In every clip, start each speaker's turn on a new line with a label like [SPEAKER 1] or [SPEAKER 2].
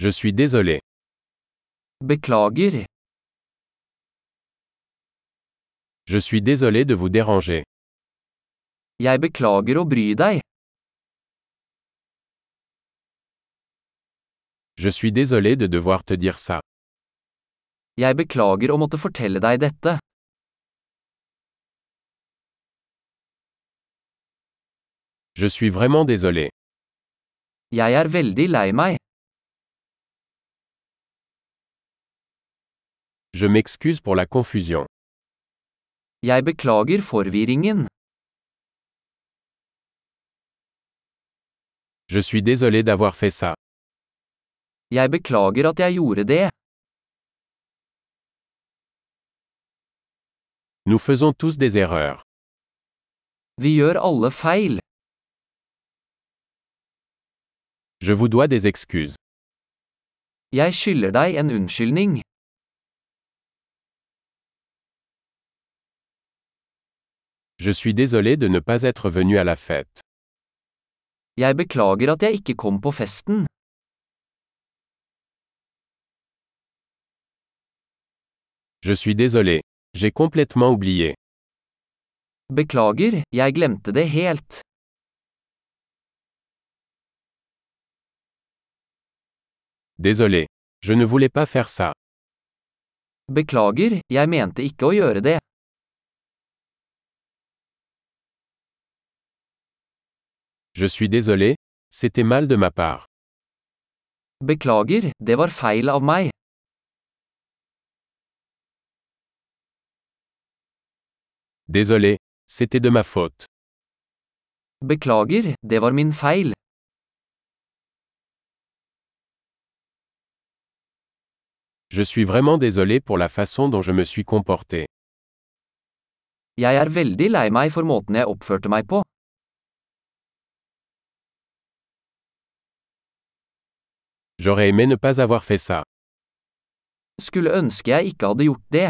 [SPEAKER 1] Je suis désolé.
[SPEAKER 2] Beklager.
[SPEAKER 1] Je suis désolé de vous déranger.
[SPEAKER 2] Jeg beklager å bry deg.
[SPEAKER 1] Je suis désolé de devoir te dire ça.
[SPEAKER 2] Jeg beklager å måtte fortelle deg dette.
[SPEAKER 1] Je suis vraiment désolé.
[SPEAKER 2] Jeg er veldig lei meg.
[SPEAKER 1] Je m'excuse pour la confusion.
[SPEAKER 2] Jeg beklager forvirringen.
[SPEAKER 1] Je suis désolé d'avoir fait ça.
[SPEAKER 2] Jeg beklager at jeg gjorde det.
[SPEAKER 1] Nous faisons tous des erreurs.
[SPEAKER 2] Vi gjør alle feil.
[SPEAKER 1] Je vous dois des excuses.
[SPEAKER 2] Jeg skylder deg en unnskyldning.
[SPEAKER 1] Je suis désolé de ne pas être venu à la fête.
[SPEAKER 2] Jeg beklager at jeg ikke kom på festen.
[SPEAKER 1] Je suis désolé. J'ai complètement oublié.
[SPEAKER 2] Beklager, jeg glemte det helt.
[SPEAKER 1] Désolé. Je ne voulais pas faire ça.
[SPEAKER 2] Beklager, jeg mente ikke å gjøre det.
[SPEAKER 1] Je suis désolé. C'était mal de ma part.
[SPEAKER 2] Beklager, det var feil av meg.
[SPEAKER 1] Désolé. C'était de ma faute.
[SPEAKER 2] Beklager, det var min feil.
[SPEAKER 1] Je suis vraiment désolé pour la façon dont je me suis comporté.
[SPEAKER 2] Jeg er veldig lei meg for måten jeg oppførte meg på.
[SPEAKER 1] J'aurais aimé ne pas avoir fait ça.
[SPEAKER 2] Skulle ønske jeg ikke hadde gjort det.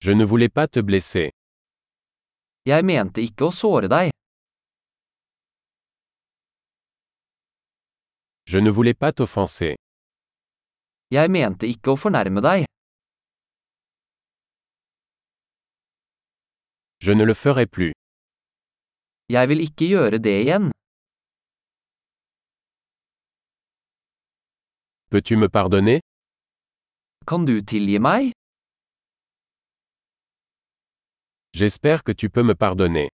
[SPEAKER 1] Je ne voulais pas te blesser.
[SPEAKER 2] Jeg mente ikke å såre deg.
[SPEAKER 1] Je ne voulais pas t'offenser.
[SPEAKER 2] Jeg mente ikke å fornærme deg.
[SPEAKER 1] Je ne le ferai plus.
[SPEAKER 2] Jeg vil ikke gjøre det igjen.
[SPEAKER 1] Peux-tu me pardonner
[SPEAKER 2] Kan du tilgi meg?
[SPEAKER 1] J'espère que tu peux me pardonner.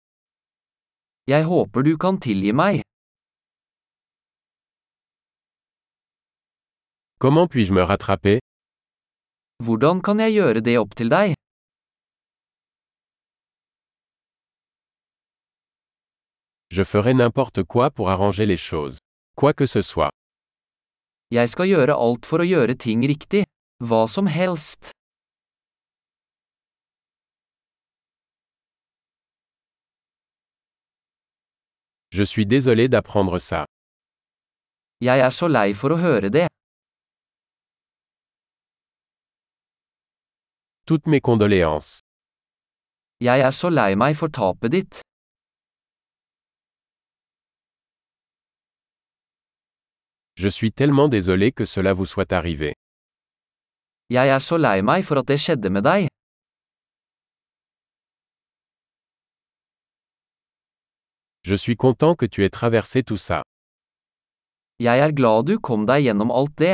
[SPEAKER 2] Jeg håper du kan tilgi meg.
[SPEAKER 1] Comment puis-je me rattraper
[SPEAKER 2] Hvordan kan jeg gjøre det opp til deg?
[SPEAKER 1] Je ferai n'importe quoi pour arranger les choses. Quoi que ce soit.
[SPEAKER 2] Jeg skal gjøre alt for å gjøre ting riktig. Hva som helst.
[SPEAKER 1] Je suis désolé d'apprendre ça.
[SPEAKER 2] Jeg er så lei for å høre det.
[SPEAKER 1] Toutes mes condoléances.
[SPEAKER 2] Jeg er så lei meg for tapet ditt.
[SPEAKER 1] Je suis tellement désolé que cela vous soit arrivé.
[SPEAKER 2] Jeg er så lei meg for at det skjedde med deg.
[SPEAKER 1] Je suis content que tu aies traversé tout ça.
[SPEAKER 2] Jeg er glad du kom deg gjennom alt det.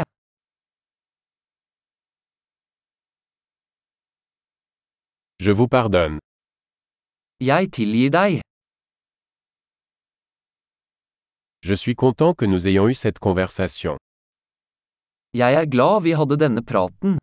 [SPEAKER 1] Je vous pardonne.
[SPEAKER 2] Jeg tilgir deg.
[SPEAKER 1] Je suis content que nous ayons eu cette conversation.
[SPEAKER 2] Jeg er glad vi hadde denne praten.